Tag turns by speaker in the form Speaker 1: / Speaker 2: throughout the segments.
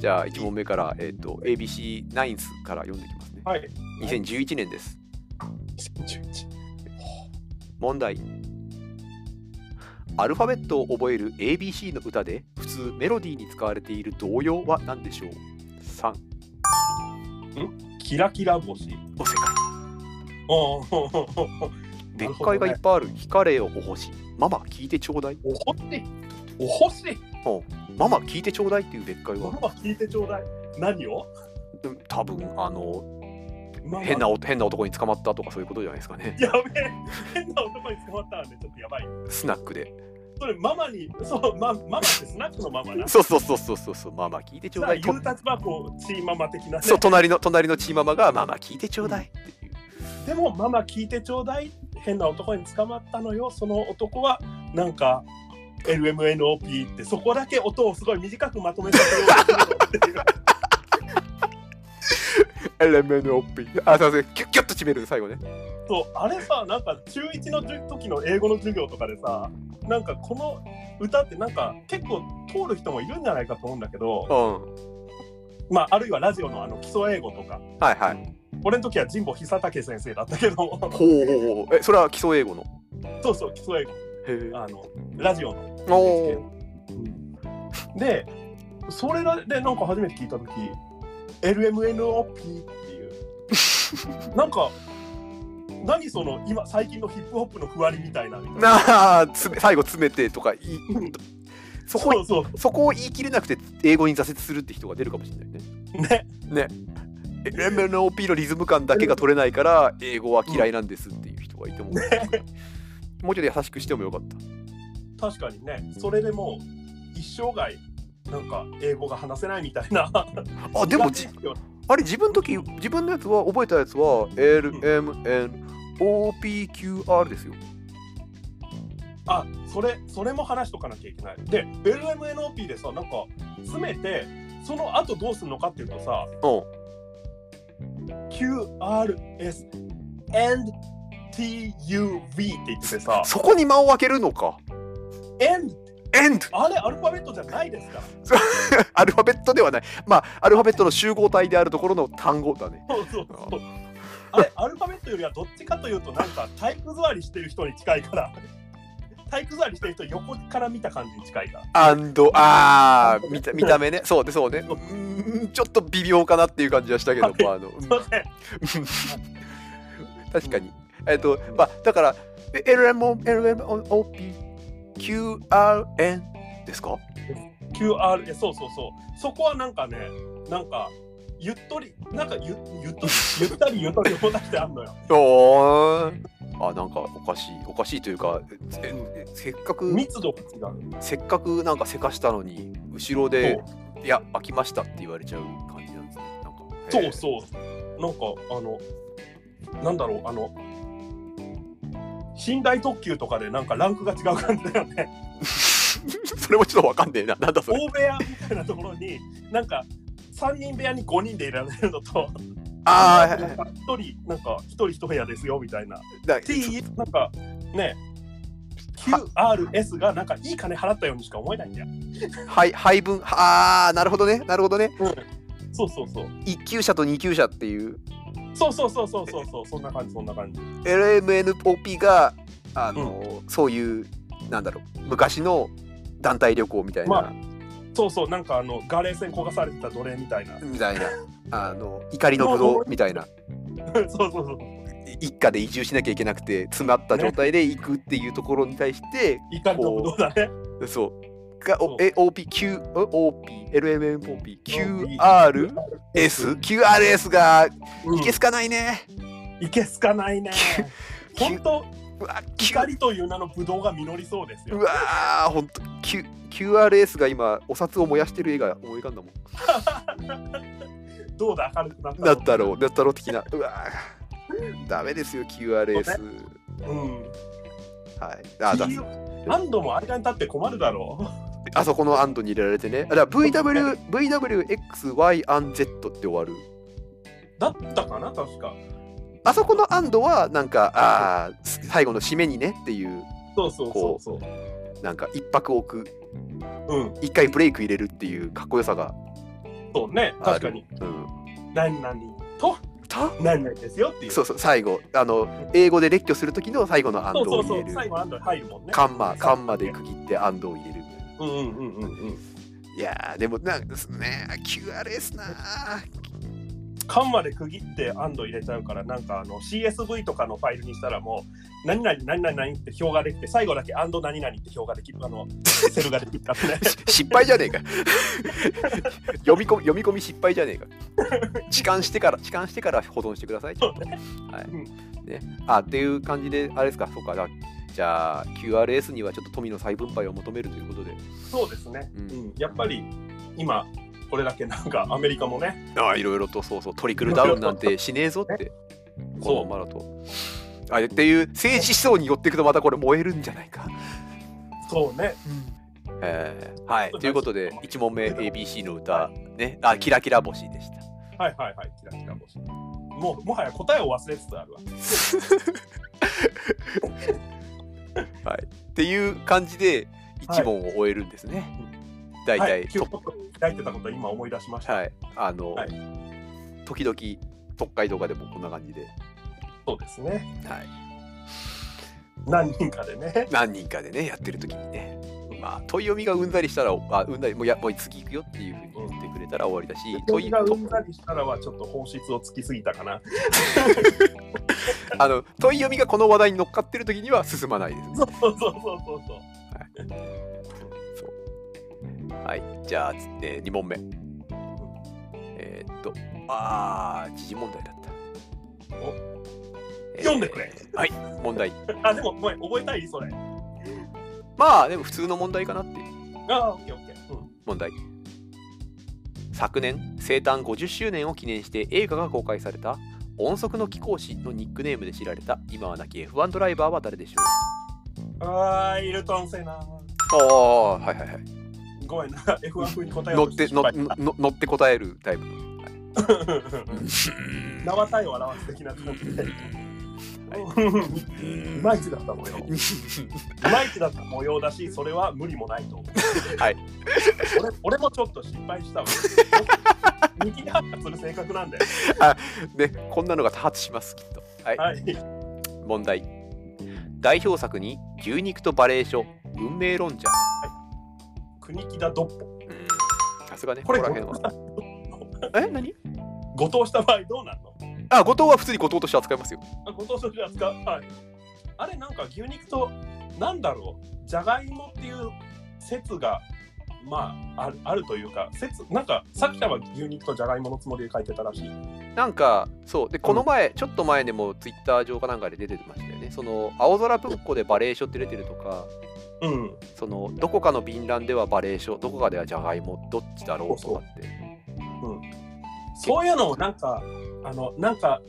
Speaker 1: じゃあ1問目から、えっと ABC ナインスから読んでいきますね。
Speaker 2: はい。
Speaker 1: 2011年です。
Speaker 2: 2011
Speaker 1: 問題アルファベットを覚える ABC の歌で普通メロディーに使われている童謡は何でしょう ?3
Speaker 2: キラキラ 星。
Speaker 1: お世界
Speaker 2: おお。
Speaker 1: 別海がいっぱいある光をお星ママ聞いてちょうだい
Speaker 2: お星。お星。
Speaker 1: ママ聞いてちょうだいっていう別海
Speaker 2: ママ
Speaker 1: は
Speaker 2: 聞いてちょうだい。何を？
Speaker 1: うん多分あの
Speaker 2: ママ
Speaker 1: 変な。変な男に捕まったとかそういうことじゃないですかね
Speaker 2: やべえ。変な男に捕まったんでちょっとやばい。
Speaker 1: スナックで
Speaker 2: それママに、そうマママってスナックのママな。
Speaker 1: そうそうそうそうそうそうママ聞いてちょう
Speaker 2: さ
Speaker 1: だ
Speaker 2: あ
Speaker 1: い
Speaker 2: 言う立場こうチーママ的なね。
Speaker 1: そう隣の隣のチーママがママ聞いてちょうだいっていう
Speaker 2: でもママ聞いてちょうだい変な男に捕まったのよその男はなんか LMNOP ってそこだけ音をすごい短くまとめさせようとするっていう
Speaker 1: エレメンオピあすいませんキュッキュッと締める最後ね
Speaker 2: そうあれさなんか中1の時の英語の授業とかでさなんかこの歌ってなんか結構通る人もいるんじゃないかと思うんだけ
Speaker 1: う
Speaker 2: ど、
Speaker 1: ん
Speaker 2: まあ、あるいはラジオのあの基礎英語とか
Speaker 1: はいはい
Speaker 2: 俺の時は神保久武先生だったけど
Speaker 1: ほうほうほうえそれは基礎英語の
Speaker 2: そうそう基礎英語
Speaker 1: へ
Speaker 2: あのラジオの
Speaker 1: えおー
Speaker 2: でそれらでなんか初めて聞いた時 LMNOP っていう なんか何その今最近のヒップホップのふわりみたいなみたいな
Speaker 1: なあつめ最後詰めてとかいい
Speaker 2: うん
Speaker 1: そこ
Speaker 2: そうそう
Speaker 1: そこを言い切れなくて英語に挫折するって人が出るかもしれないね
Speaker 2: ね
Speaker 1: え MNOP のリズム感だけが取れないから英語は嫌いなんですっていう人がいても、もうちょっと優しくしてもよかった
Speaker 2: 確かにねそれでもう一生涯なんか英語が話せないみたいな
Speaker 1: あでもじあれ自分の時自分のやつは覚えたやつは LMNOPQR ですよ
Speaker 2: あそれそれも話しとかなきゃいけないで LMNOP でさなんか詰めてその後どうするのかっていうとさ、
Speaker 1: う
Speaker 2: QRS and TUV って言っててさ
Speaker 1: ん、そこに間を空けるのか
Speaker 2: and
Speaker 1: END
Speaker 2: あれアルファベットじゃないですから。
Speaker 1: アルファベットではないまあアルファベットの集合体であるところの単語だね
Speaker 2: そうそうそう。あれアルファベットよりはどっちかというとなんか体育座りしてる人に近いから。体育座りしてる人横から見た感じに近いから。
Speaker 1: アンドあー見た見た目ねそうでそうねうーんちょっと微妙かなっていう感じはしたけどもあのうん
Speaker 2: すいません。
Speaker 1: 確かにえっとまあだから LMOPQRN ですか
Speaker 2: QRS そうそうそう。そこはなんかね、なんかゆっとり、なんかゆゆっとり、 ゆったりゆったりを出してあんのよ。
Speaker 1: おーあなんかおかしいおかしいというかええせっかく
Speaker 2: 密度が違う。
Speaker 1: せっかくなんかせかしたのに後ろで「いや飽きました」って言われちゃう感じなんですねなんか
Speaker 2: そうそう。なんかあのなんだろうあの寝台特急とかでなんかランクが違う感じだよね。
Speaker 1: う それもちょっとわかんねえななんだそれ
Speaker 2: 大部屋みたいなところになんか三人部屋に五人でいられるのと、
Speaker 1: あ
Speaker 2: なんか一人なんか一人一部屋ですよみたいな。
Speaker 1: あだ
Speaker 2: T なんかね。QRS がなんかいい金払ったようにしか思えないんだよ。
Speaker 1: はい配分ああなるほどねなるほどね
Speaker 2: そうそうそう。
Speaker 1: 一級者と二級者っていう
Speaker 2: そうそうそうそうそうそう。そんな感じそんな感じ。
Speaker 1: LMNOP があの、そういうなんだろう昔の団体旅行みたいな、
Speaker 2: まそうそうなんかあのガレー線焦がされてた奴隷みたいな。
Speaker 1: みたいなあの怒りのぶどうみたいな
Speaker 2: そうそうそう。
Speaker 1: 一家で移住しなきゃいけなくて詰まった状態で行くっていうところに対して
Speaker 2: 怒りのぶどうだね。
Speaker 1: そう。が
Speaker 2: そう
Speaker 1: おえ OPQ、OP、LMNOP、
Speaker 2: QR
Speaker 1: QRS、QRS がいけ
Speaker 2: い
Speaker 1: すかないね。
Speaker 2: けすかないね。本当、
Speaker 1: うわ、Q、
Speaker 2: 光という名のブドウが実りそうです
Speaker 1: う
Speaker 2: よ。
Speaker 1: わー、ほんと、Q、QRS が今、お札を燃やしてる絵が思い浮かんだもん。
Speaker 2: どうだ、明るくなった
Speaker 1: だったろう、だったろう的な。うわー、ダメですよ、QRS。
Speaker 2: う。う
Speaker 1: は
Speaker 2: ん。
Speaker 1: い。あ、だ
Speaker 2: 金融安堵も間に立って困るだろう。
Speaker 1: あそこのアンドに入れられてね。あだから VW、VWXY アン Z って終わる。
Speaker 2: だったかな、確か。
Speaker 1: あそこのアンドは、なんか、あー最後の締めにねっていう、
Speaker 2: そうそうそうそう。
Speaker 1: なんか、一泊置く。
Speaker 2: うん。
Speaker 1: 一回ブレイク入れるっていうかっこよさが
Speaker 2: とね、確かに。
Speaker 1: ある。うん
Speaker 2: 何々と
Speaker 1: た
Speaker 2: 何々ですよっていう。
Speaker 1: そうそう最後あの英語で列挙する時の最後の「アン
Speaker 2: そ
Speaker 1: ド
Speaker 2: うそ
Speaker 1: を入
Speaker 2: うそう
Speaker 1: れる
Speaker 2: 最後、アンド入るもんね。
Speaker 1: カンマカンマで区切って「アンドを入れるみたいな
Speaker 2: うんうんうんうんうん。
Speaker 1: いやーでもなんかですね QRS なー
Speaker 2: カンマで区切ってアンド入れちゃうから、なんかあの CSV とかのファイルにしたらもう、何々何々何々って表ができて、最後だけアンド何々って表ができる、あの、セルができるから ね。
Speaker 1: 失敗じゃねえか読み込み読み込み失敗じゃねえか痴漢してから痴漢してから保存してくださいちょっとはい
Speaker 2: うん
Speaker 1: ねあっていう感じであれですかそうかだじゃあ QRS にはちょっと富の再分配を求めるということで
Speaker 2: そうですね。
Speaker 1: う
Speaker 2: うんん、やっぱり今、これだけなんかアメリカもね、
Speaker 1: ああいろいろとそうそうトリクルダウンなん てしねえぞってこのままだと。あっていう政治思想に寄っていくとまたこれ燃えるんじゃないか。
Speaker 2: そうね、
Speaker 1: えーはいということで1問目 ABC の歌
Speaker 2: は
Speaker 1: ねあキラキラ星でした。
Speaker 2: はいはいはい、キラキラ星。もう、もはや答えを忘れつつあるわ。
Speaker 1: っていう感じで
Speaker 2: はい
Speaker 1: 1問を終えるんですね。大
Speaker 2: は
Speaker 1: 体、
Speaker 2: い、
Speaker 1: と
Speaker 2: 9こと書いてたこと今思い出しました。
Speaker 1: はい、あの、
Speaker 2: はい
Speaker 1: 時々特会とかでもこんな感じで、
Speaker 2: そうですね。
Speaker 1: はい、
Speaker 2: 何人かでね。
Speaker 1: 何人かでねやってる時にね。まあ、問い読みがうんざりしたら、あうんざりもうやもう次行くよっていうふうに言ってくれたら終わりだし、問
Speaker 2: 問
Speaker 1: い
Speaker 2: いが
Speaker 1: と
Speaker 2: うんざりしたらはちょっと本質をつきすぎたかな。
Speaker 1: あの問い読みがこの話題に乗っかってる時には進まないですね。
Speaker 2: そうそうそうそうそう。
Speaker 1: はい、じゃあ、えー、2問目。えーっと、あー、時事問題だった。
Speaker 2: お
Speaker 1: えー
Speaker 2: 読んでくれ
Speaker 1: はい、問題。
Speaker 2: あ、でもごめん、覚えたいそれ。
Speaker 1: まあ、でも普通の問題かなっていう。
Speaker 2: あ、オッケーオッケー。うん、
Speaker 1: 問題昨年生誕50周年を記念して映画が公開された音速の貴公子のニックネームで知られた今は亡き F1 ドライバーは誰でしょ
Speaker 2: あー、イルトンセナ。
Speaker 1: うああーはいはいはい
Speaker 2: ごめんな、F1 風に答え
Speaker 1: 乗
Speaker 2: を
Speaker 1: って乗っ乗乗って答えるタイプ
Speaker 2: 縄体を表す的な感じで。いまいちだった模様。いまいちだった模様だし、それは無理もないと思う。
Speaker 1: はい。
Speaker 2: 俺俺もちょっと失敗し たわ。見切り発火する性格なんで。
Speaker 1: ねこんなのが多発しますきっとはい
Speaker 2: はい。
Speaker 1: 問題代表作に牛肉とバレエ書運命論者
Speaker 2: 国木田ドッポ。
Speaker 1: うんさすがね
Speaker 2: これ
Speaker 1: こら辺はえ何
Speaker 2: 誤答した場合どうなんの
Speaker 1: あ後藤は普通に後藤として扱いますよ
Speaker 2: あ、後藤さんじゃないですか。はい。あれ、なんか牛肉と、なんだろう、じゃがいもっていう説が、まあ、あるあるというか、説、なんか、作者は牛肉とじゃがいものつもりで書いてたらしい。
Speaker 1: なんかそうでこの前、ちょっと前でもツイッター上かなんかで出てましたよねその青空文庫でバレー書って出てるとか
Speaker 2: うん。
Speaker 1: そのどこかの便欄ではバレー書どこかではジャガイモどっちだろうとかって
Speaker 2: そういうのを、なんか、あの、なんか、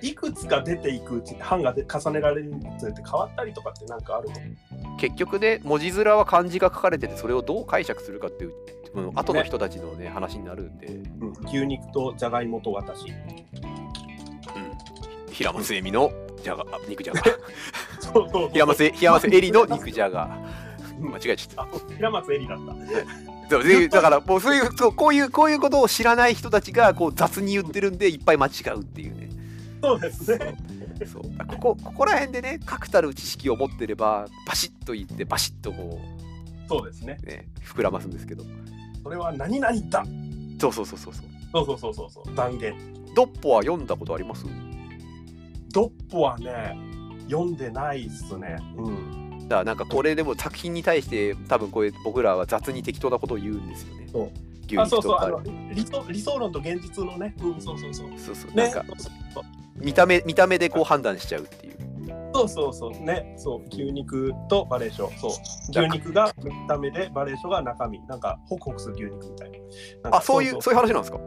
Speaker 2: いくつか出ていくうちに、版がで重ねられるにつれて変わったりとかってなんかあるの
Speaker 1: 結局ね文字面は漢字が書かれててそれをどう解釈するかっていうその後の人たちのね話になるんで、
Speaker 2: 牛肉とじゃがいもと私。
Speaker 1: 平松恵美のジャガあ肉じゃ が
Speaker 2: そうそうそう
Speaker 1: 平松恵平松恵里の肉じゃが 間違えちゃった
Speaker 2: あ平松絵里だった。
Speaker 1: そうでだからもうそういうそうこういうこういうことを知らない人たちがこう雑に言ってるんでいっぱい間違うっていうね
Speaker 2: そうですね。
Speaker 1: そうだからここここら辺でね確たる知識を持ってればバシッと言ってバシッとこ
Speaker 2: そうですね。
Speaker 1: うね膨らますんですけど
Speaker 2: それは何々だ。
Speaker 1: そうそうそうそうそう
Speaker 2: そうそうそうそうそう。断言。
Speaker 1: ドッポは読んだことあります
Speaker 2: ドッポはね、読んでないっすね。うん。
Speaker 1: だからなんかこれでも作品に対して多分こういう僕らは雑に適当なことを言うんですよね
Speaker 2: そう
Speaker 1: 牛
Speaker 2: あ、
Speaker 1: 肉
Speaker 2: そう
Speaker 1: と
Speaker 2: そう、
Speaker 1: か
Speaker 2: あの理想理想論と現実のね。うん、そうそうそう。ね、
Speaker 1: そうそう
Speaker 2: そ
Speaker 1: なん
Speaker 2: う
Speaker 1: か見た目見た目でこう判断しちゃうっていう
Speaker 2: そうそうそうね、そう牛肉とバレーション、そう
Speaker 1: なん
Speaker 2: 牛
Speaker 1: か
Speaker 2: 肉が見た目でバレーションが中身、なんかホクホクする牛肉みたいな。なんか
Speaker 1: あそういうそういう話なんですか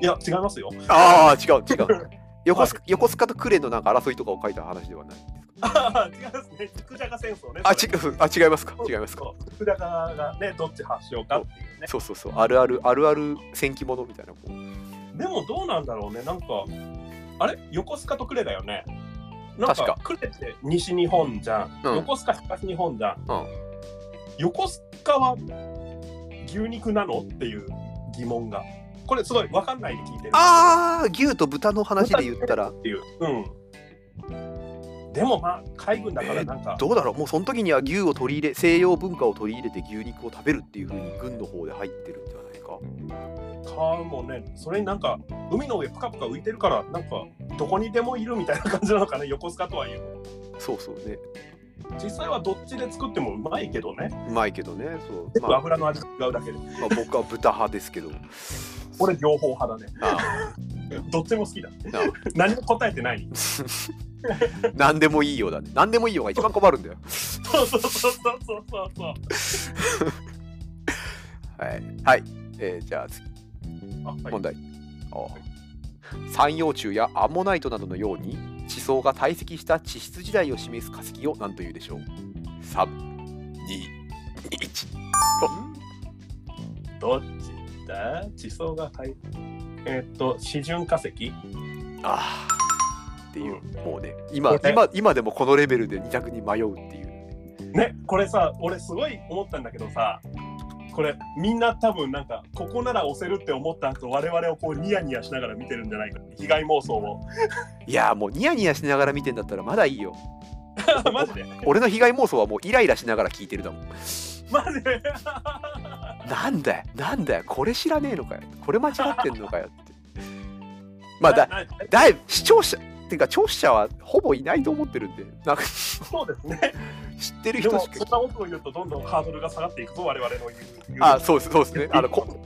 Speaker 2: いや違いますよ。
Speaker 1: ああ違う違う横須賀横須賀と呉のなんか争いとかを書いた話ではない
Speaker 2: あー違いますね。肉じゃが戦争ね。
Speaker 1: あ
Speaker 2: そ
Speaker 1: ち
Speaker 2: れ
Speaker 1: あ違いますか違いますか
Speaker 2: そう肉じゃががねどっち発祥かっていうね。
Speaker 1: そうそうそうあるあるあるある戦記ものみたいなこう
Speaker 2: でもどうなんだろうねなんかあれ横須賀と呉だよねなん
Speaker 1: 確
Speaker 2: か
Speaker 1: か
Speaker 2: 呉って西日本じゃん、
Speaker 1: うん
Speaker 2: 横須賀東日本じゃん、
Speaker 1: うん
Speaker 2: 横須賀は牛肉なのっていう疑問がこれすごい分かんないで聞いてる
Speaker 1: あー牛と豚の話で言ったら
Speaker 2: っていう、うん、でもまあ海軍だからなんか、
Speaker 1: どうだろうもうその時には牛を取り入れ西洋文化を取り入れて牛肉を食べるっていう風に軍の方で入ってるんじゃないか
Speaker 2: 川もねそれになんか海の上ぷかぷか浮いてるからなんかどこにでもいるみたいな感じなのかね横須賀とはいえ
Speaker 1: そうそうね
Speaker 2: 実際はどっちで作ってもうまいけどね
Speaker 1: うまいけどねそう、
Speaker 2: 全
Speaker 1: ま
Speaker 2: 部
Speaker 1: あ
Speaker 2: 油の味違うだけで
Speaker 1: まあ僕は豚派ですけど
Speaker 2: 俺両方派だね
Speaker 1: あ
Speaker 2: どっちも好きだ
Speaker 1: ーなあ
Speaker 2: 何も答えてない
Speaker 1: 何でもいいようだね何でもいいよが一番困るんだよ
Speaker 2: そうそうそうそうそうそうそう
Speaker 1: はい、はいえーじゃあ次
Speaker 2: あ、はい
Speaker 1: 問題、ああ山葉虫やアンモナイトなどのように地層が堆積した地質時代を示す化石を何というでしょう321
Speaker 2: どっちだ地層が大えーっと示準化石
Speaker 1: あーっていう、もうね今
Speaker 2: これ
Speaker 1: 今今でもこのレベルで2択に迷うっていう
Speaker 2: ねこれさ俺すごい思ったんだけどさこれみんな多分なんかここなら押せるって思った後我々をこうニヤニヤしながら見てるんじゃないか被害妄想を
Speaker 1: いやーもうニヤニヤしながら見てんだったらまだいいよ
Speaker 2: マジで
Speaker 1: 俺の被害妄想はもうイライラしながら聞いてるだもん
Speaker 2: マジで
Speaker 1: なんだよなんだよこれ知らねえのかよこれ間違ってんのかよってまあだ
Speaker 2: なな
Speaker 1: だいぶ視聴者っていうか聴取者はほぼいないと思ってるんでなん か
Speaker 2: そうですね
Speaker 1: 知ってる
Speaker 2: で
Speaker 1: 人
Speaker 2: も
Speaker 1: し
Speaker 2: そん
Speaker 1: か
Speaker 2: なことを言うとどんどんハードルが下がっていくと我々の言う言う
Speaker 1: あそうですそうですねあのコ
Speaker 2: う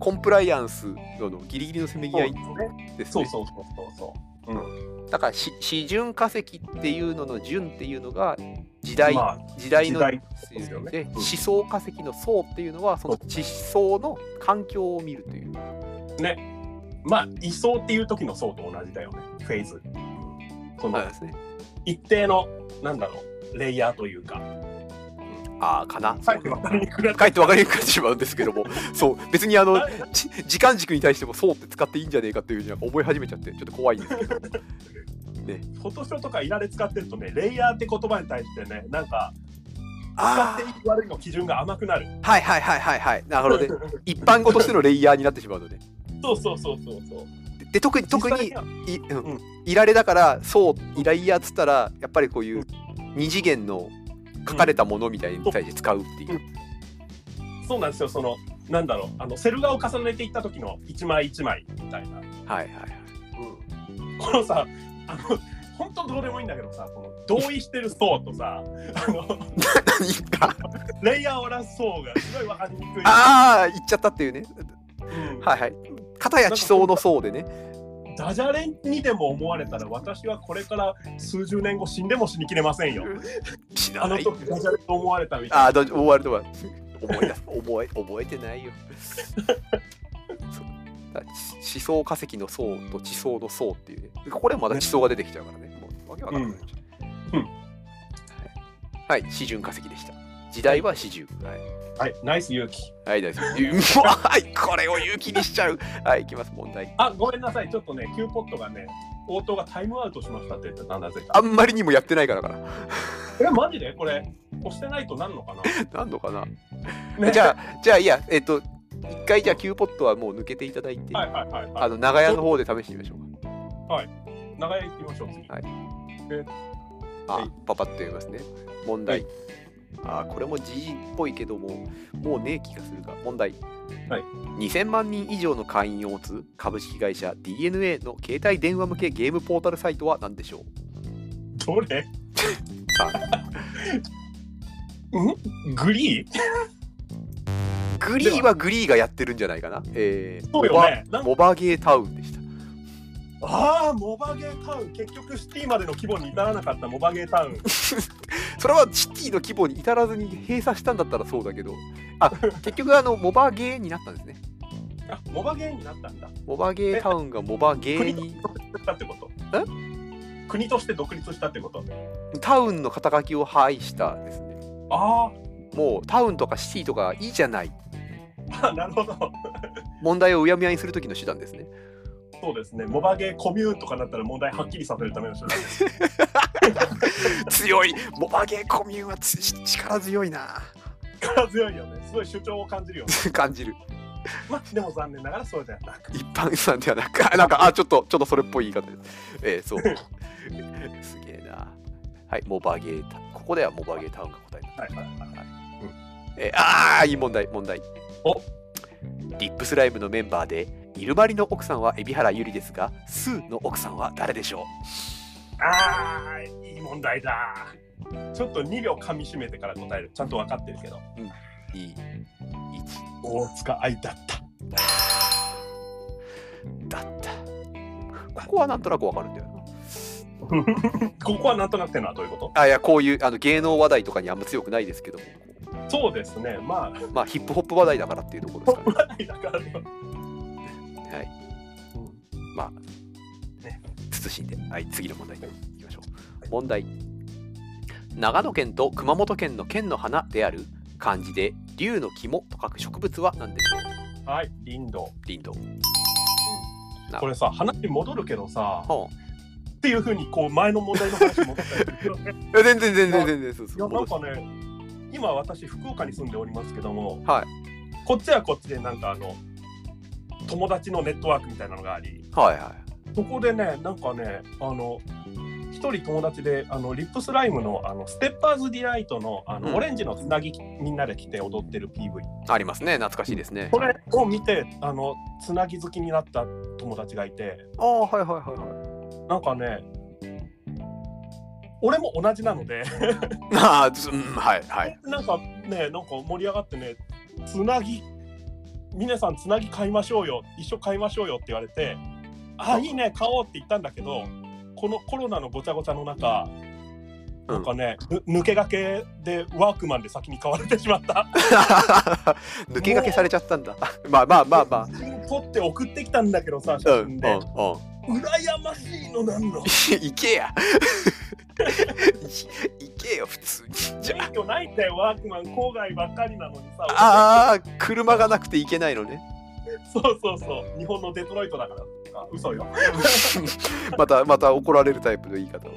Speaker 1: コンプライアンスののギリギリのせめぎ
Speaker 2: そ
Speaker 1: 合
Speaker 2: うで
Speaker 1: い
Speaker 2: すね
Speaker 1: です
Speaker 2: そう
Speaker 1: ね
Speaker 2: そうそうそうそう
Speaker 1: だからし示準化石っていうのの準っていうのが時代、
Speaker 2: ま
Speaker 1: 時代の
Speaker 2: 時代ですよね
Speaker 1: で
Speaker 2: うん
Speaker 1: 思想化石の層っていうのはその地層の環境を見るという
Speaker 2: あまあ位相っていう時の層と同じだよねフェーズその
Speaker 1: ですね
Speaker 2: 一定のなんだろうレイヤーというか
Speaker 1: ああかな
Speaker 2: さっき分かりにくくなっ
Speaker 1: 書いて分かりにくくなってしまうんですけどもそう別にあのち時間軸に対してもそうって使っていいんじゃねえかっていうふうになんか思い始めちゃってちょっと怖いんですけど
Speaker 2: フォトショーとかいられ使ってるとね、レイヤーって言葉に対してね、なんか、
Speaker 1: あ
Speaker 2: 使っていい悪いの基準が甘くなる。
Speaker 1: あはいはいはいはいはいなるほどね一般語としてのレイヤーになってしまうので
Speaker 2: そうそうそうそうそう。
Speaker 1: でで特に特に
Speaker 2: 実際は
Speaker 1: い,、うん
Speaker 2: うん
Speaker 1: いられだからそういらいやっつったらやっぱりこういう二次元の書かれたものみたいに対して使うっていう、
Speaker 2: そうなんですよ、その、なんだろう、あの、セル画を重ねていった時の一枚一枚みたいな。
Speaker 1: はいはい はい
Speaker 2: このさ、あの、本当どうでもいいんだけどさ、この同意してる層とさ、あの、
Speaker 1: 何か
Speaker 2: レイヤーを出す層がすごい分かりにくい。
Speaker 1: ああ言っちゃったっていうね
Speaker 2: うん
Speaker 1: はいはい片や地層の層でね
Speaker 2: ダジャレにでも思われたら、私はこれから数十年後死んでも死にきれませんよ。
Speaker 1: 知ら
Speaker 2: あの
Speaker 1: ない
Speaker 2: 時ダジャレと思われたみたいな。
Speaker 1: ああ、ど終わると は。思い出す、覚え、覚えてないよ。そうだ地地層化石の層と地層の層っていうね。これまた地層が出てきちゃうからね。もうわけわからなくなっちゃう。
Speaker 2: うんうん
Speaker 1: はい、はい示準化石でした。時代は始終。はい。
Speaker 2: はい、ナイス勇気。
Speaker 1: はい、大丈夫です。うわはい、これを勇気にしちゃう。はい、いきます、問題。
Speaker 2: あ、ごめんなさい、ちょっとね、キューポットがね、応答がタイムアウトしましたって言ってたんだぜ。
Speaker 1: あんまりにもやってないからかな。
Speaker 2: え、マジでこれ、押してないとなんのかな、
Speaker 1: なんのかな。
Speaker 2: ね
Speaker 1: じゃあ、じゃあ、いや、えっと、一回じゃあ、キューポットはもう抜けていただいて、
Speaker 2: はいはいはい、
Speaker 1: あ
Speaker 2: は
Speaker 1: の、長屋の方で試してみましょうか。
Speaker 2: い。長屋行きましょう、次。
Speaker 1: はい
Speaker 2: は
Speaker 1: あ
Speaker 2: い、
Speaker 1: パパッと読みますね。問題。
Speaker 2: は
Speaker 1: あーこれもじじっぽいけども、もうねえ気がするが、問題。
Speaker 2: はい
Speaker 1: 2000万人以上の会員を持つ株式会社 DNA の携帯電話向けゲームポータルサイトは何でしょう
Speaker 2: どれ
Speaker 1: さ
Speaker 2: んグリー
Speaker 1: グリーはグリーがやってるんじゃないかな。えー、
Speaker 2: そうよね。な
Speaker 1: モバモ
Speaker 2: ん
Speaker 1: バゲータウンでした。
Speaker 2: ああ、モバゲータウン。結局、シティまでの規模に至らなかったモバゲータウン。
Speaker 1: それはシティの規模に至らずに閉鎖したんだったらそうだけど、あ結局あのモバゲーになったんですね。
Speaker 2: あ、モバゲーになったんだ。
Speaker 1: モバゲータウンがモバゲー
Speaker 2: 国
Speaker 1: に
Speaker 2: として独立したってこと国として独立したってこと
Speaker 1: タウンの肩書きを廃したんですね。
Speaker 2: あ
Speaker 1: もうタウンとかシティとかいいじゃない
Speaker 2: ーあ、 なるほど。
Speaker 1: 問題をうやむやにする時の手段ですね
Speaker 2: そうですね。モバゲーコミューンとかだったら問題はっきりさせるための手段です。
Speaker 1: 強いモバゲーコミューンはつ力強いな
Speaker 2: 力強いよね。すごい主張を感じるよね。
Speaker 1: 感じる
Speaker 2: まあでも残念ながらそうじゃなく
Speaker 1: 一般さんではなく、あなんか、あ、ちょっと、ちょっとそれっぽい言い方です。えー、そう。 すげえな。はい、モバゲータウン。ここではモバゲータウンが答えだ。
Speaker 2: はいはいはい
Speaker 1: えーああ、いい問題、問題。
Speaker 2: お
Speaker 1: リップスライムのメンバーで、イルマリの奥さんは海老原ゆりですが、スーの奥さんは誰でしょ
Speaker 2: あーいい問題だちょっと2秒噛み締めてから答えるちゃんと分かってるけど
Speaker 1: う ?2、1
Speaker 2: 大塚愛だった
Speaker 1: だった。ここはなんとなくわかるんだよな。
Speaker 2: ここはなんとなくてのはどういうこ
Speaker 1: あいやこういうあの芸能話題とかにあんま強くないですけども、
Speaker 2: とそうですねまあ
Speaker 1: まあ、ヒップホップ話題だからっていうところですか ね。
Speaker 2: だからね
Speaker 1: はい、まあ、ね、慎んで、はい、次の問題に行きましょう。問題。長野県と熊本県の県の花である漢字で竜の肝と書く植物は何でしょう
Speaker 2: はいリンド
Speaker 1: 林道。な
Speaker 2: これさ話戻るけどさ
Speaker 1: は
Speaker 2: っていうふうにこう前の問題の話戻ったり する
Speaker 1: あ、え全然全然全然そう
Speaker 2: い
Speaker 1: そ
Speaker 2: や
Speaker 1: う。
Speaker 2: なん
Speaker 1: 戻
Speaker 2: か
Speaker 1: し
Speaker 2: ね今私福岡に住んでおりますけども、
Speaker 1: はい
Speaker 2: こっちはこっちでなんかあの友達のネットワークみたいなのがあり
Speaker 1: はいは
Speaker 2: そこでねなんかねあの一人友達であのリップスライムのあのステッパーズディライトのあの、
Speaker 1: うん
Speaker 2: オレンジのつなぎみんなで着て踊ってる PV
Speaker 1: い。ありますね、懐かしいですね。
Speaker 2: これを見てあのつなぎ好きになった友達がいて
Speaker 1: ああ、はいはいは
Speaker 2: なんかね俺も同じなの
Speaker 1: い
Speaker 2: で
Speaker 1: はい。 ああ、ずうん、はいはい。
Speaker 2: なんかね、なんか盛り上がってね、つなぎ、皆さんつなぎ買いましょうよ、一緒買いましょうよって言われて、あ、いいね、買おうって言ったんだけど、このコロナのごちゃごちゃの中、
Speaker 1: うん
Speaker 2: なんかね、ぬ抜け駆けでワークマンで先に買われてしまった。
Speaker 1: 抜け駆けされちゃったんだ。まあまあまあまあ。
Speaker 2: 写真撮って送ってきたんだけどさ、写
Speaker 1: うんうん
Speaker 2: 真
Speaker 1: うん。。
Speaker 2: で、羨ましいのなんの
Speaker 1: 行けや い行けよ普通にじゃ
Speaker 2: 免許ないんだよ、ワークマン郊外ばっかりなのにさ、
Speaker 1: ああー車がなくて行けないのね
Speaker 2: そうそうそう、日本のデトロイトだから、あ嘘よ、
Speaker 1: またまた怒られるタイプの言い方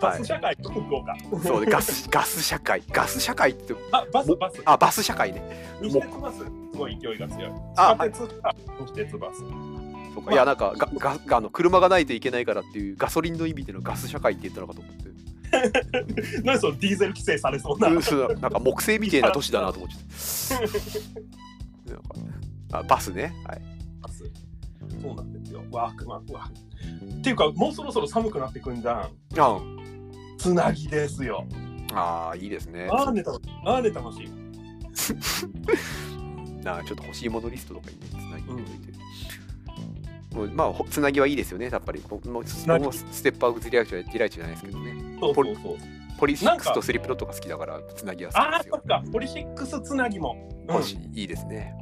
Speaker 2: バス社会、福岡。
Speaker 1: そうねガスガス社会ガス社会って
Speaker 2: あ、バス、バス。
Speaker 1: あバス社会ね
Speaker 2: 西鉄バス、すごい勢いが強い。
Speaker 1: あ
Speaker 2: 地
Speaker 1: は
Speaker 2: 下
Speaker 1: い
Speaker 2: 鉄か、西鉄バス。
Speaker 1: そうかいやなんかががあの車がないといけないからっていうガソリンの意味でのガス社会って言ったのかと思って
Speaker 2: 何そのディーゼル規制されそうな。
Speaker 1: うんそうなんか木製みたいな都市だなと思っちゃっ てなんかあバスねはい
Speaker 2: バスそうなんですよ。ワークマン、ワーっていうか、もうそろそろ寒くなってくんじゃん。
Speaker 1: あん
Speaker 2: つなぎですよ。
Speaker 1: あーいいですね
Speaker 2: あーね楽しい。あーね楽しい。
Speaker 1: なあちょっと欲しいものリストとかにねつなぎといて、もうまあほつなぎはいいですよねやっぱり僕も僕
Speaker 2: なぎ
Speaker 1: もステップアップディライチディライチじゃないですけどね
Speaker 2: そうそうそう。
Speaker 1: ポリシ
Speaker 2: な
Speaker 1: ッ
Speaker 2: ん
Speaker 1: クス
Speaker 2: か
Speaker 1: とスリップノットが好きだからつなぎは好き
Speaker 2: あ
Speaker 1: です
Speaker 2: ーそ
Speaker 1: よ
Speaker 2: っか、ポリシックスつなぎも。う
Speaker 1: 欲し
Speaker 2: ん、
Speaker 1: いいいですね、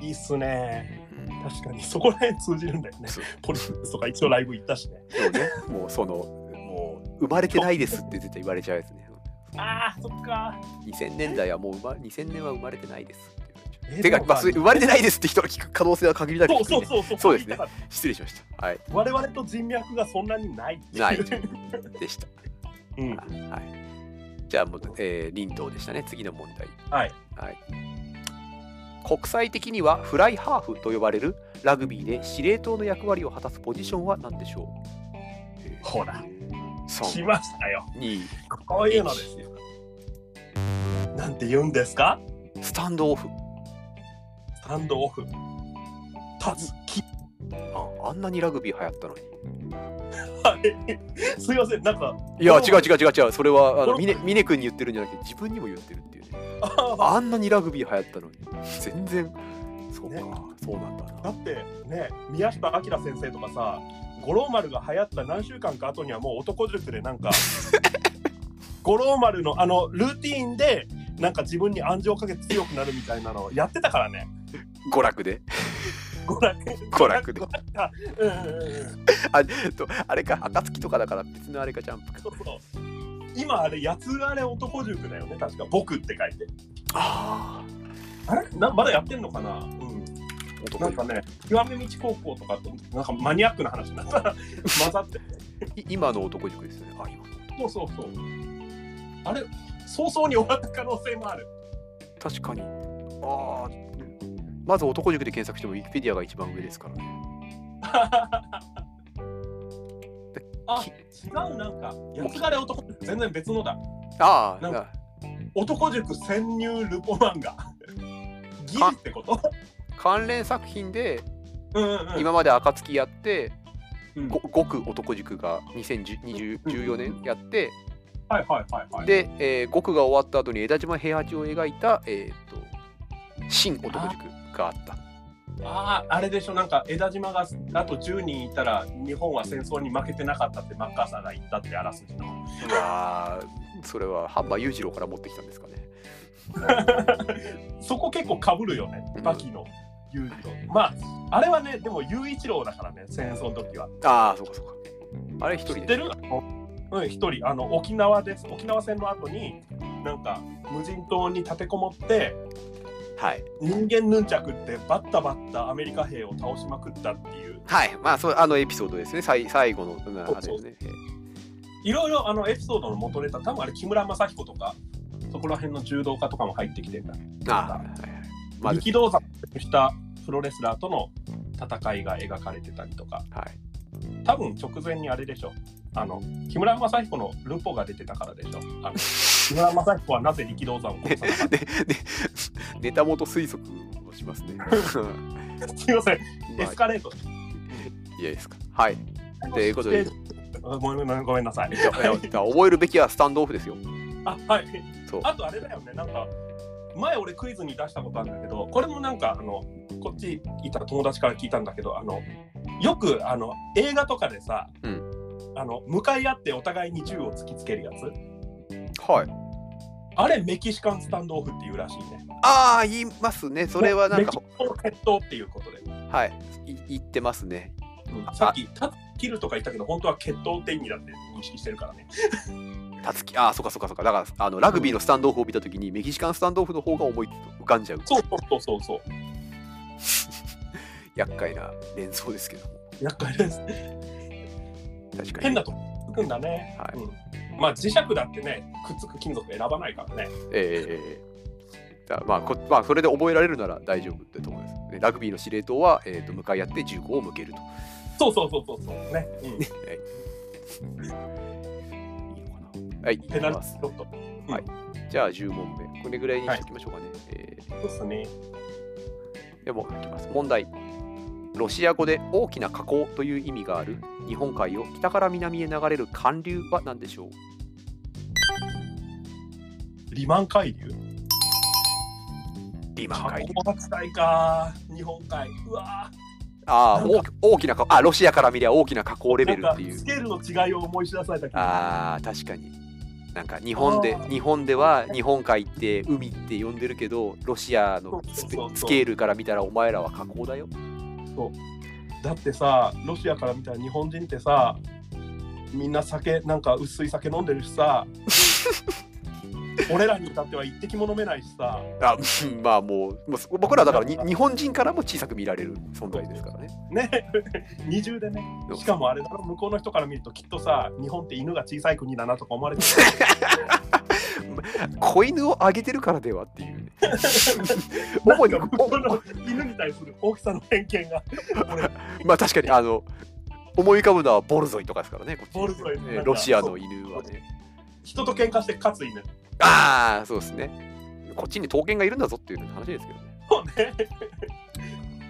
Speaker 2: いいっすね。
Speaker 1: うん
Speaker 2: 確かに、そこら辺通じるんだよね。
Speaker 1: そう
Speaker 2: ポリシックスとか一応ライブ行ったしね。
Speaker 1: でもねもうそのもう生まれてないですって絶対言われちゃうやつね
Speaker 2: ああ、そっか。
Speaker 1: 2000年代はもう生ま2000年は生まれてないですって言われちゃう
Speaker 2: え
Speaker 1: てか、
Speaker 2: でも
Speaker 1: まあ、そう生まれてないですって人が聞く可能性は限りなく低
Speaker 2: そ
Speaker 1: いう ね
Speaker 2: そうそうそう。
Speaker 1: そうですね
Speaker 2: これ言いたかっ
Speaker 1: 失礼しましたはい
Speaker 2: た我々と人脈がそんなにない。
Speaker 1: ないでした
Speaker 2: うん。
Speaker 1: はい。じゃあもう、えー、林道でしたね。次の問題。
Speaker 2: はい。
Speaker 1: はい。国際的にはフライハーフと呼ばれるラグビーで司令塔の役割を果たすポジションは何でしょう
Speaker 2: ほら、来
Speaker 1: ?3、
Speaker 2: ましたよ。
Speaker 1: 2、
Speaker 2: こういうのですよ。なんて言うんですか
Speaker 1: スタンドオフ。
Speaker 2: スタンドオフ。たずき。
Speaker 1: ああんなにラグビー流行ったのに。
Speaker 2: はい。すいません、なんか。
Speaker 1: いや、違う違う違う違う。それは、あ
Speaker 2: こ
Speaker 1: の、
Speaker 2: れ
Speaker 1: 峰峰君に言ってるんじゃなくて、自分にも言ってるっていうね。
Speaker 2: あ
Speaker 1: あんなにラグビー流行ったのに。全然。そうか、
Speaker 2: ね
Speaker 1: そうなんだ
Speaker 2: ー
Speaker 1: な
Speaker 2: だ。ってね、宮下明先生とかさ、五郎丸が流行った何週間か後にはもう男塾で なんか、五郎丸のあのルーティーンで、なんか自分に暗示をかけて強くなるみたいなのをやってたからね。
Speaker 1: 娯楽で。
Speaker 2: 娯楽
Speaker 1: 娯楽で
Speaker 2: 娯あうんうんうんうん。
Speaker 1: あとあれか、暁とかだから別のあれかジャンプか。
Speaker 2: そうそう。今あれ、八つあれ男塾だよね、確か。僕って書いて。
Speaker 1: あ
Speaker 2: あれなまだやってんのかなうん。
Speaker 1: あ、男
Speaker 2: なんかね、極め道高校とかと、なんかマニアックな話になったら混ざって。
Speaker 1: い今の男塾ですよね。あ、今の男
Speaker 2: そうそうそう。あれ、早々に終わった可能性もある。
Speaker 1: 確かに。ああ、まず男塾で検索してもウィキペディアが一番上ですからね。
Speaker 2: あ違うなんかやつがれ男塾全然別のだ
Speaker 1: ああ、
Speaker 2: なんか
Speaker 1: な
Speaker 2: 男塾潜入ルポ漫画ギリってこと
Speaker 1: 関連作品で
Speaker 2: うんうんうん
Speaker 1: 今まで暁やって、
Speaker 2: うん
Speaker 1: ご極男塾が2014年やって、
Speaker 2: はいはいはいはい
Speaker 1: で、えー、極が終わった後に枝島平八を描いた、えー、と新男塾があった。
Speaker 2: あああれでしょなんか枝島があと10人いたら日本は戦争に負けてなかったってマッカーサーが言ったってあらすじの
Speaker 1: まあ、それはハンマー裕次郎から持ってきたんですかね。
Speaker 2: そこ結構かぶるよねバキの雄一郎まああれはねでも雄一郎だからね戦争の時は
Speaker 1: ああ、そうかそうか。あれ一人
Speaker 2: 知っ
Speaker 1: で
Speaker 2: てるうん一人あの沖縄です沖縄戦の後になんか無人島に立てこもって
Speaker 1: はい。
Speaker 2: 人間ヌンチャクってバッタバッタアメリカ兵を倒しまくったっていう
Speaker 1: はい。まあ、そうあのエピソードですね。最最後の、うんあれですね。
Speaker 2: いろいろあのエピソードの元ネタ多分あれ木村雅彦とかそこら辺の柔道家とかも入ってきてた
Speaker 1: ああ、はいはい。まず、
Speaker 2: 力道山としたプロレスラーとの戦いが描かれてたりとか
Speaker 1: はい。
Speaker 2: 多分直前にあれでしょあの木村雅彦のルポが出てたからでしょあの木村雅彦はなぜ力道山を殺さなかっ
Speaker 1: で、 で、ネタ元推測をしますね。
Speaker 2: たすいませんエ
Speaker 1: ま
Speaker 2: スカレート
Speaker 1: あ、いいですか。はい。ということで
Speaker 2: え ごめんごめんなさい
Speaker 1: いやいやだから覚えるべきはスタンドオフですよ。
Speaker 2: あはい
Speaker 1: そう。
Speaker 2: あとあれだよねなんか前俺クイズに出したことあるんだけどこれもなんかあのこっちいた友達から聞いたんだけどあのよくあの映画とかでさ、
Speaker 1: う
Speaker 2: あの向かい合ってお互いに銃を突きつけるやつ
Speaker 1: はい。
Speaker 2: あれメキシカンスタンドオフっていうらしいね。
Speaker 1: ああ、言いますね。それはなん
Speaker 2: メ
Speaker 1: か
Speaker 2: キ、シコの決闘っていうことで。
Speaker 1: はい。い言ってますね。
Speaker 2: さっき、タッ切るとか言ったけど、本当は決闘って意味だって認識してるからね。
Speaker 1: たつき、ああ、そうかそうかそうか。だから、あのラグビーのスタンドオフを見たときに、メキシカンスタンドオフの方が思い浮かんじゃう。
Speaker 2: そうそうそうそう。
Speaker 1: 厄介な連想ですけども。
Speaker 2: 厄介です。
Speaker 1: 確かに。
Speaker 2: 変なとこつくんだね。
Speaker 1: はい。
Speaker 2: うんまあ磁石だってね、くっつく金属選ばないからね。
Speaker 1: えー、だまあこ、まあ、それで覚えられるなら大丈夫ってと思います。でラグビーの司令塔は、えー、と向かい合って銃口を向けると。
Speaker 2: そうそうそうそうそう。ね。うん
Speaker 1: いいのかなはい、いき
Speaker 2: ペナル
Speaker 1: ま
Speaker 2: ティ
Speaker 1: す
Speaker 2: ー。ロット。
Speaker 1: じゃあ10問目。これぐらいにしておきましょうかね。え
Speaker 2: そうですね。
Speaker 1: ーでも、いきます。問題。ロシア語で大きな河口という意味がある日本海を北から南へ流れる寒流は何でしょう
Speaker 2: リマン海流。
Speaker 1: リマン
Speaker 2: 海
Speaker 1: 海
Speaker 2: 流
Speaker 1: 流。。
Speaker 2: 近いか。日本海。うわ
Speaker 1: ああ、大き大きな河口あ、ロシアから見りゃ大きな河口レベ
Speaker 2: ーなん
Speaker 1: ル
Speaker 2: か
Speaker 1: っていう
Speaker 2: ス。ケールの違いを思い知らされた気が
Speaker 1: あー確かになんか日本で
Speaker 2: あー
Speaker 1: 日本では日本海って海って呼んでるけどロシアのスペ
Speaker 2: そうそうそうそう
Speaker 1: スケールから見たらお前らは河口だよ
Speaker 2: だってさロシアから見たら日本人ってさみんな酒なんか薄い酒飲んでる しさ俺らに至っては一滴も飲めないしさ
Speaker 1: あ まあもうもう僕らだからに日本人からも小さく見られる存在ですからね
Speaker 2: ね二重でねしかもあれだろ向こうの人から見るときっとさ日本って犬が小さい国だなとか思われて
Speaker 1: 子犬をあげてるからではって いうね
Speaker 2: る
Speaker 1: 主に
Speaker 2: なんか向こうの犬に対する大きさの偏見が俺
Speaker 1: まあ確かにあの思い浮かぶのはボルゾイとかですからねこっち
Speaker 2: ボルゾイ
Speaker 1: ねロシアの犬はね
Speaker 2: 人と喧嘩して勝つ犬
Speaker 1: ああそうですねこっちに刀剣がいるんだぞっていう話ですけどね
Speaker 2: そうね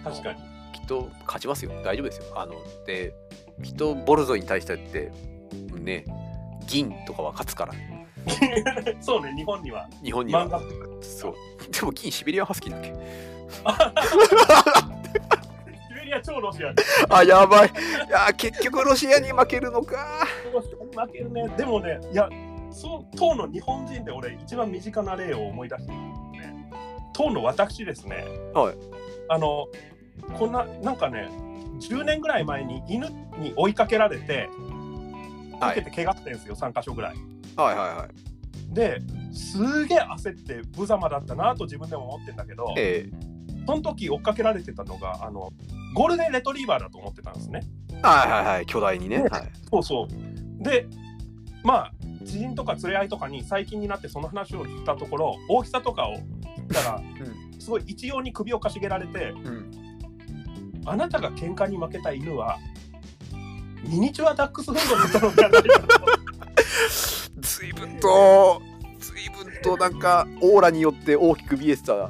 Speaker 2: 確かに
Speaker 1: きっと勝ちますよ大丈夫ですよあのできっとボルゾイに対してってね銀とかは勝つから
Speaker 2: そうね日本には
Speaker 1: 日本に
Speaker 2: 漫
Speaker 1: は
Speaker 2: 画
Speaker 1: そうでも銀シベリアンハスキーだっけ
Speaker 2: シベリア超ロシア
Speaker 1: あやばいいや結局ロシアに負けるのか
Speaker 2: 負けるね。でもね、いや、その当の日本人で俺、一番身近な例を思い出してるんですね。当の私ですね。
Speaker 1: はい。
Speaker 2: あの、こんな、なんかね、10年ぐらい前に犬に追いかけられて、
Speaker 1: は
Speaker 2: かけ
Speaker 1: い
Speaker 2: て怪我してんですよ、3箇所ぐらい。
Speaker 1: はいはいはい
Speaker 2: で、すげえ焦って無様だったなと自分でも思ってんだけど、
Speaker 1: ええ
Speaker 2: その時追っかけられてたのが、あの、ゴールデンレトリーバーだと思ってたんですね。
Speaker 1: はいはいはい巨大にね、
Speaker 2: ね
Speaker 1: はい、
Speaker 2: そうそう。で、まあ、知人とか連れ合いとかに最近になってその話をしたところ、大きさとかをったら、すごい一様に首をかしげられて、
Speaker 1: うん
Speaker 2: あなたが喧嘩に負けた犬はミニチュアダックスフンドみた いなのじゃないかと
Speaker 1: 随分と随分となんかオーラによって大きく見えてた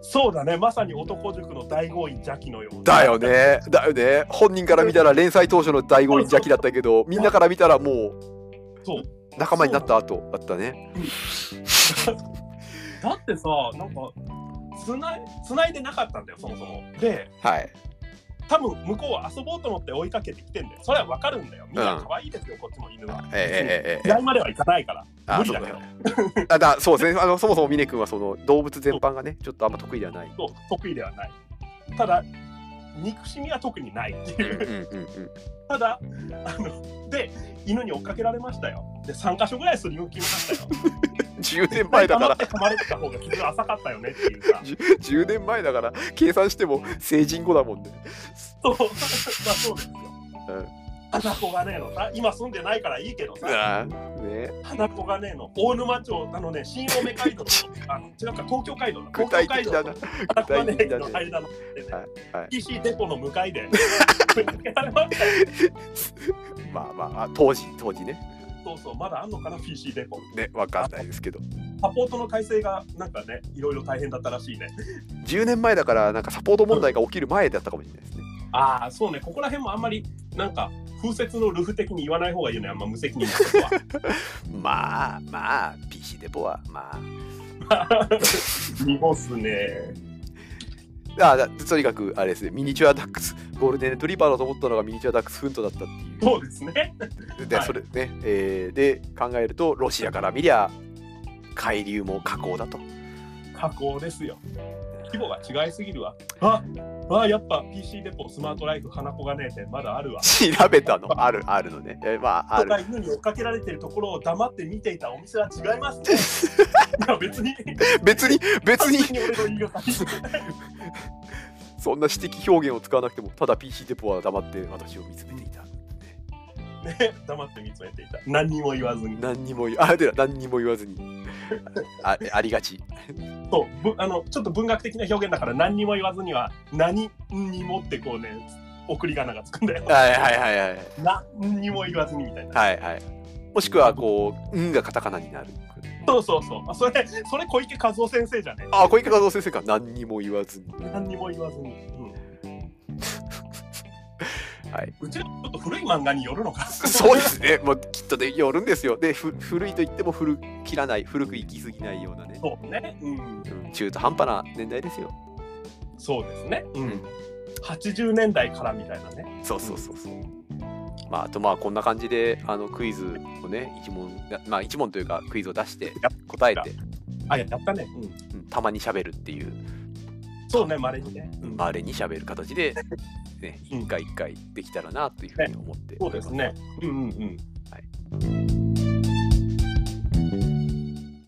Speaker 2: そうだねまさに男塾の大豪院邪気のような
Speaker 1: だよねだよね本人から見たら連載当初の醍醐味邪気だったけ どみんなから見たらも
Speaker 2: そう
Speaker 1: う仲間になった後だったね
Speaker 2: だってさなんかつない繋いでなかったんだよそもそもで
Speaker 1: はい
Speaker 2: 多分向こうは遊ぼうと思って追いかけてきてんだよそれはわかるんだよみんな可愛いですよ、こっちも犬は
Speaker 1: ええええ
Speaker 2: 試合まではいかないから
Speaker 1: あ
Speaker 2: 無理だけど
Speaker 1: そうだねあだそうですねあのそもそも峰君はその動物全般がねちょっとあんま得意ではない
Speaker 2: そう得意ではないただ憎しみは特にないって
Speaker 1: う
Speaker 2: い
Speaker 1: んうん
Speaker 2: う
Speaker 1: うんうん
Speaker 2: ただあので犬に追っかけられましたよで3箇所ぐらいすりむきましたよ
Speaker 1: 10年 前だから
Speaker 2: 黙って噛まれてた方が傷が浅かったよねっていうさ
Speaker 1: 10, 10年前だから計算しても成人後だもんね
Speaker 2: そう まあそうですよ、
Speaker 1: うん
Speaker 2: 花子がねえのさ今住んでないからいいけどさ
Speaker 1: あね
Speaker 2: 花子がねえの大沼町あのね新青梅街道とあの違うか東京街道だ
Speaker 1: 具
Speaker 2: 東
Speaker 1: 体
Speaker 2: 京
Speaker 1: 的
Speaker 2: 街道
Speaker 1: だ
Speaker 2: と
Speaker 1: な
Speaker 2: 花子がね
Speaker 1: 具体的
Speaker 2: え
Speaker 1: だ
Speaker 2: の
Speaker 1: ね
Speaker 2: 間のでね、
Speaker 1: はいはい
Speaker 2: PC デポの向 かいで追いかけられましたよ
Speaker 1: まあまああ当時当時ね
Speaker 2: そうそうまだあんのかな PC デポ
Speaker 1: ねわかんないですけど
Speaker 2: サポートの体制がなんかねいろいろ大変だったらしいね
Speaker 1: 10年前だからなんかサポート問題が起きる前だったかもしれないですね
Speaker 2: ああそうねここら辺もあんまりなんか風雪のルフ的に言わない方がいいよねあんま無責任なことは
Speaker 1: まあまあ PC デポはまあ
Speaker 2: 濁すね
Speaker 1: あだとにかくあれですねミニチュアダックスゴールデンレトリバーだと思ったのがミニチュアダックスフントだったっていう
Speaker 2: そうですね
Speaker 1: で、
Speaker 2: はい
Speaker 1: それね、えーで考えるとロシアから見りゃ海流も河口だと
Speaker 2: 加工ですよ規模が違いすぎるわああやっぱ PC デポスマートライフ花子がねえってまだあるわ
Speaker 1: 調べたのあるあるのね、えーまああ
Speaker 2: と
Speaker 1: る
Speaker 2: か犬に追っかけられてるところを黙って見ていたお店は違いますね いや別に
Speaker 1: 別に別に
Speaker 2: に俺の言い方
Speaker 1: そんな私的表現を使わなくてもただ PC デポは黙って私を見つめていた
Speaker 2: ね黙って見つめていた何にも言わずに
Speaker 1: 何にも言あでだ何にも言わずにあありがち
Speaker 2: そうぶあのちょっと文学的な表現だから何にも言わずには何にもってこうね送り仮名がつくんだよ
Speaker 1: はいはいはいはい
Speaker 2: 何にも言わずにみたいな
Speaker 1: はいはいもしくはこう「ん」がカタカナになる
Speaker 2: そうそうそうあそれそれ小池和夫先生じゃね
Speaker 1: あ小池和夫先生か何にも言わずに
Speaker 2: 何にも言わずに、うん、
Speaker 1: はいう
Speaker 2: ちらちょっと古い漫画によるのか
Speaker 1: そうですね、もうきっとね、よるんですよ。で、ふ古いと言っても古切らない、古く行き過ぎないようなね、
Speaker 2: そうねうん
Speaker 1: うん中途半端な年代ですよ。
Speaker 2: そうですねうん80年代からみたいなね
Speaker 1: そうそうそうそう。まあ、あとまあこんな感じであのクイズをね一問まあ一問というかクイズを出して
Speaker 2: や
Speaker 1: 答えて、
Speaker 2: あややったね、うん、
Speaker 1: うんたまに喋るっていう
Speaker 2: そうねまれにね、うん
Speaker 1: まれに喋る形で、ね、
Speaker 2: うん
Speaker 1: 一回一回できたらなというふうに思って
Speaker 2: そうですねうんうんうん
Speaker 1: はい